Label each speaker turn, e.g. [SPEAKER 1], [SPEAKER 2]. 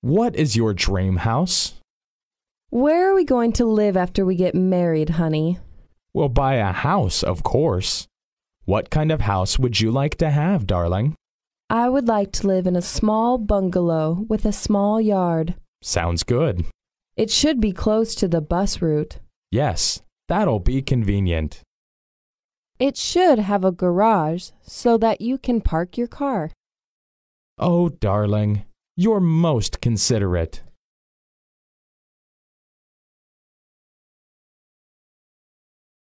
[SPEAKER 1] What is your dream house?
[SPEAKER 2] Where are we going to live after we get married, honey?
[SPEAKER 1] We'll buy a house, of course. What kind of house would you like to have, darling?
[SPEAKER 2] I would like to live in a small bungalow with a small yard.
[SPEAKER 1] Sounds good.
[SPEAKER 2] It should be close to the bus route.
[SPEAKER 1] Yes, that'll be convenient.
[SPEAKER 2] It should have a garage so that you can park your car.
[SPEAKER 1] Oh, darling, you're most considerate.